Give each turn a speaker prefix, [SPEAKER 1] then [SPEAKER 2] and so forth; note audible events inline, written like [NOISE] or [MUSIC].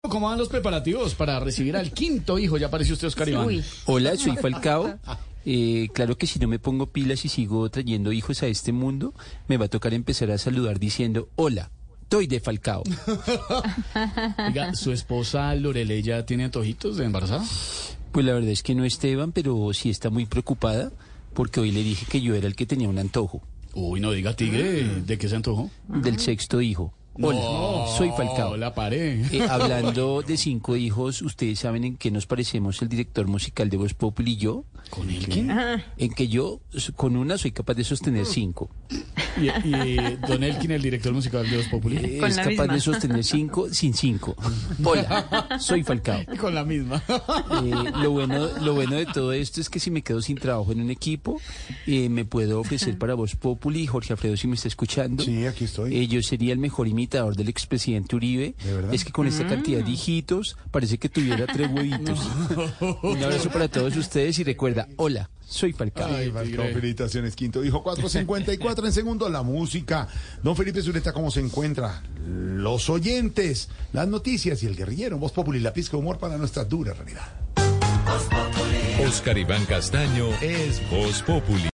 [SPEAKER 1] ¿Cómo van los preparativos para recibir al quinto hijo? Ya apareció usted, Oscar Iván.
[SPEAKER 2] Uy.
[SPEAKER 3] Hola, soy Falcao. Eh, claro que si no me pongo pilas y sigo trayendo hijos a este mundo, me va a tocar empezar a saludar diciendo hola. Estoy de Falcao.
[SPEAKER 1] Oiga, ¿su esposa Lorelei ya tiene antojitos de embarazada?
[SPEAKER 3] Pues la verdad es que no Esteban, pero sí está muy preocupada porque hoy le dije que yo era el que tenía un antojo
[SPEAKER 1] Uy, no diga tigre, ¿de qué se antojó?
[SPEAKER 3] del sexto hijo. Ah. Hola, soy Falcao.
[SPEAKER 1] Oh, la pared.
[SPEAKER 3] Eh, hablando de cinco hijos, ustedes saben en qué nos parecemos el director musical de Voz Populi y yo,
[SPEAKER 1] ¿Con el quién?
[SPEAKER 3] Ah. en que yo s- con una soy capaz de sostener cinco.
[SPEAKER 1] Y, y Don Elkin, el director musical de Los Populi.
[SPEAKER 3] Eh,
[SPEAKER 2] Con
[SPEAKER 3] es
[SPEAKER 2] la
[SPEAKER 3] capaz
[SPEAKER 2] misma.
[SPEAKER 3] de
[SPEAKER 2] [LAUGHS]
[SPEAKER 3] sostener cinco sin cinco. Hola, soy Falcao.
[SPEAKER 1] Con la misma.
[SPEAKER 3] Eh, lo, bueno, lo bueno de todo esto es que si me quedo sin trabajo en un equipo, eh, me puedo ofrecer para Voz Populi. Jorge Alfredo, si me está escuchando,
[SPEAKER 4] Sí, aquí estoy.
[SPEAKER 3] eh, yo sería el mejor imitador del expresidente Uribe.
[SPEAKER 4] ¿De verdad?
[SPEAKER 3] Es que con esta cantidad de
[SPEAKER 2] Mm.
[SPEAKER 3] hijitos, parece que tuviera tres huevitos.
[SPEAKER 2] [LAUGHS]
[SPEAKER 3] Un abrazo para todos ustedes y recuerda, hola, soy Falcao.
[SPEAKER 1] Ay,
[SPEAKER 4] Ay, Falcao,
[SPEAKER 1] tigre.
[SPEAKER 4] felicitaciones, quinto hijo, 454 en segundo, la música. Don Felipe Zuleta, ¿cómo se encuentra? Los oyentes, las noticias y el guerrillero, Voz Populi, la pizca de humor para nuestra dura realidad.
[SPEAKER 5] Oscar Iván Castaño es Voz Populi.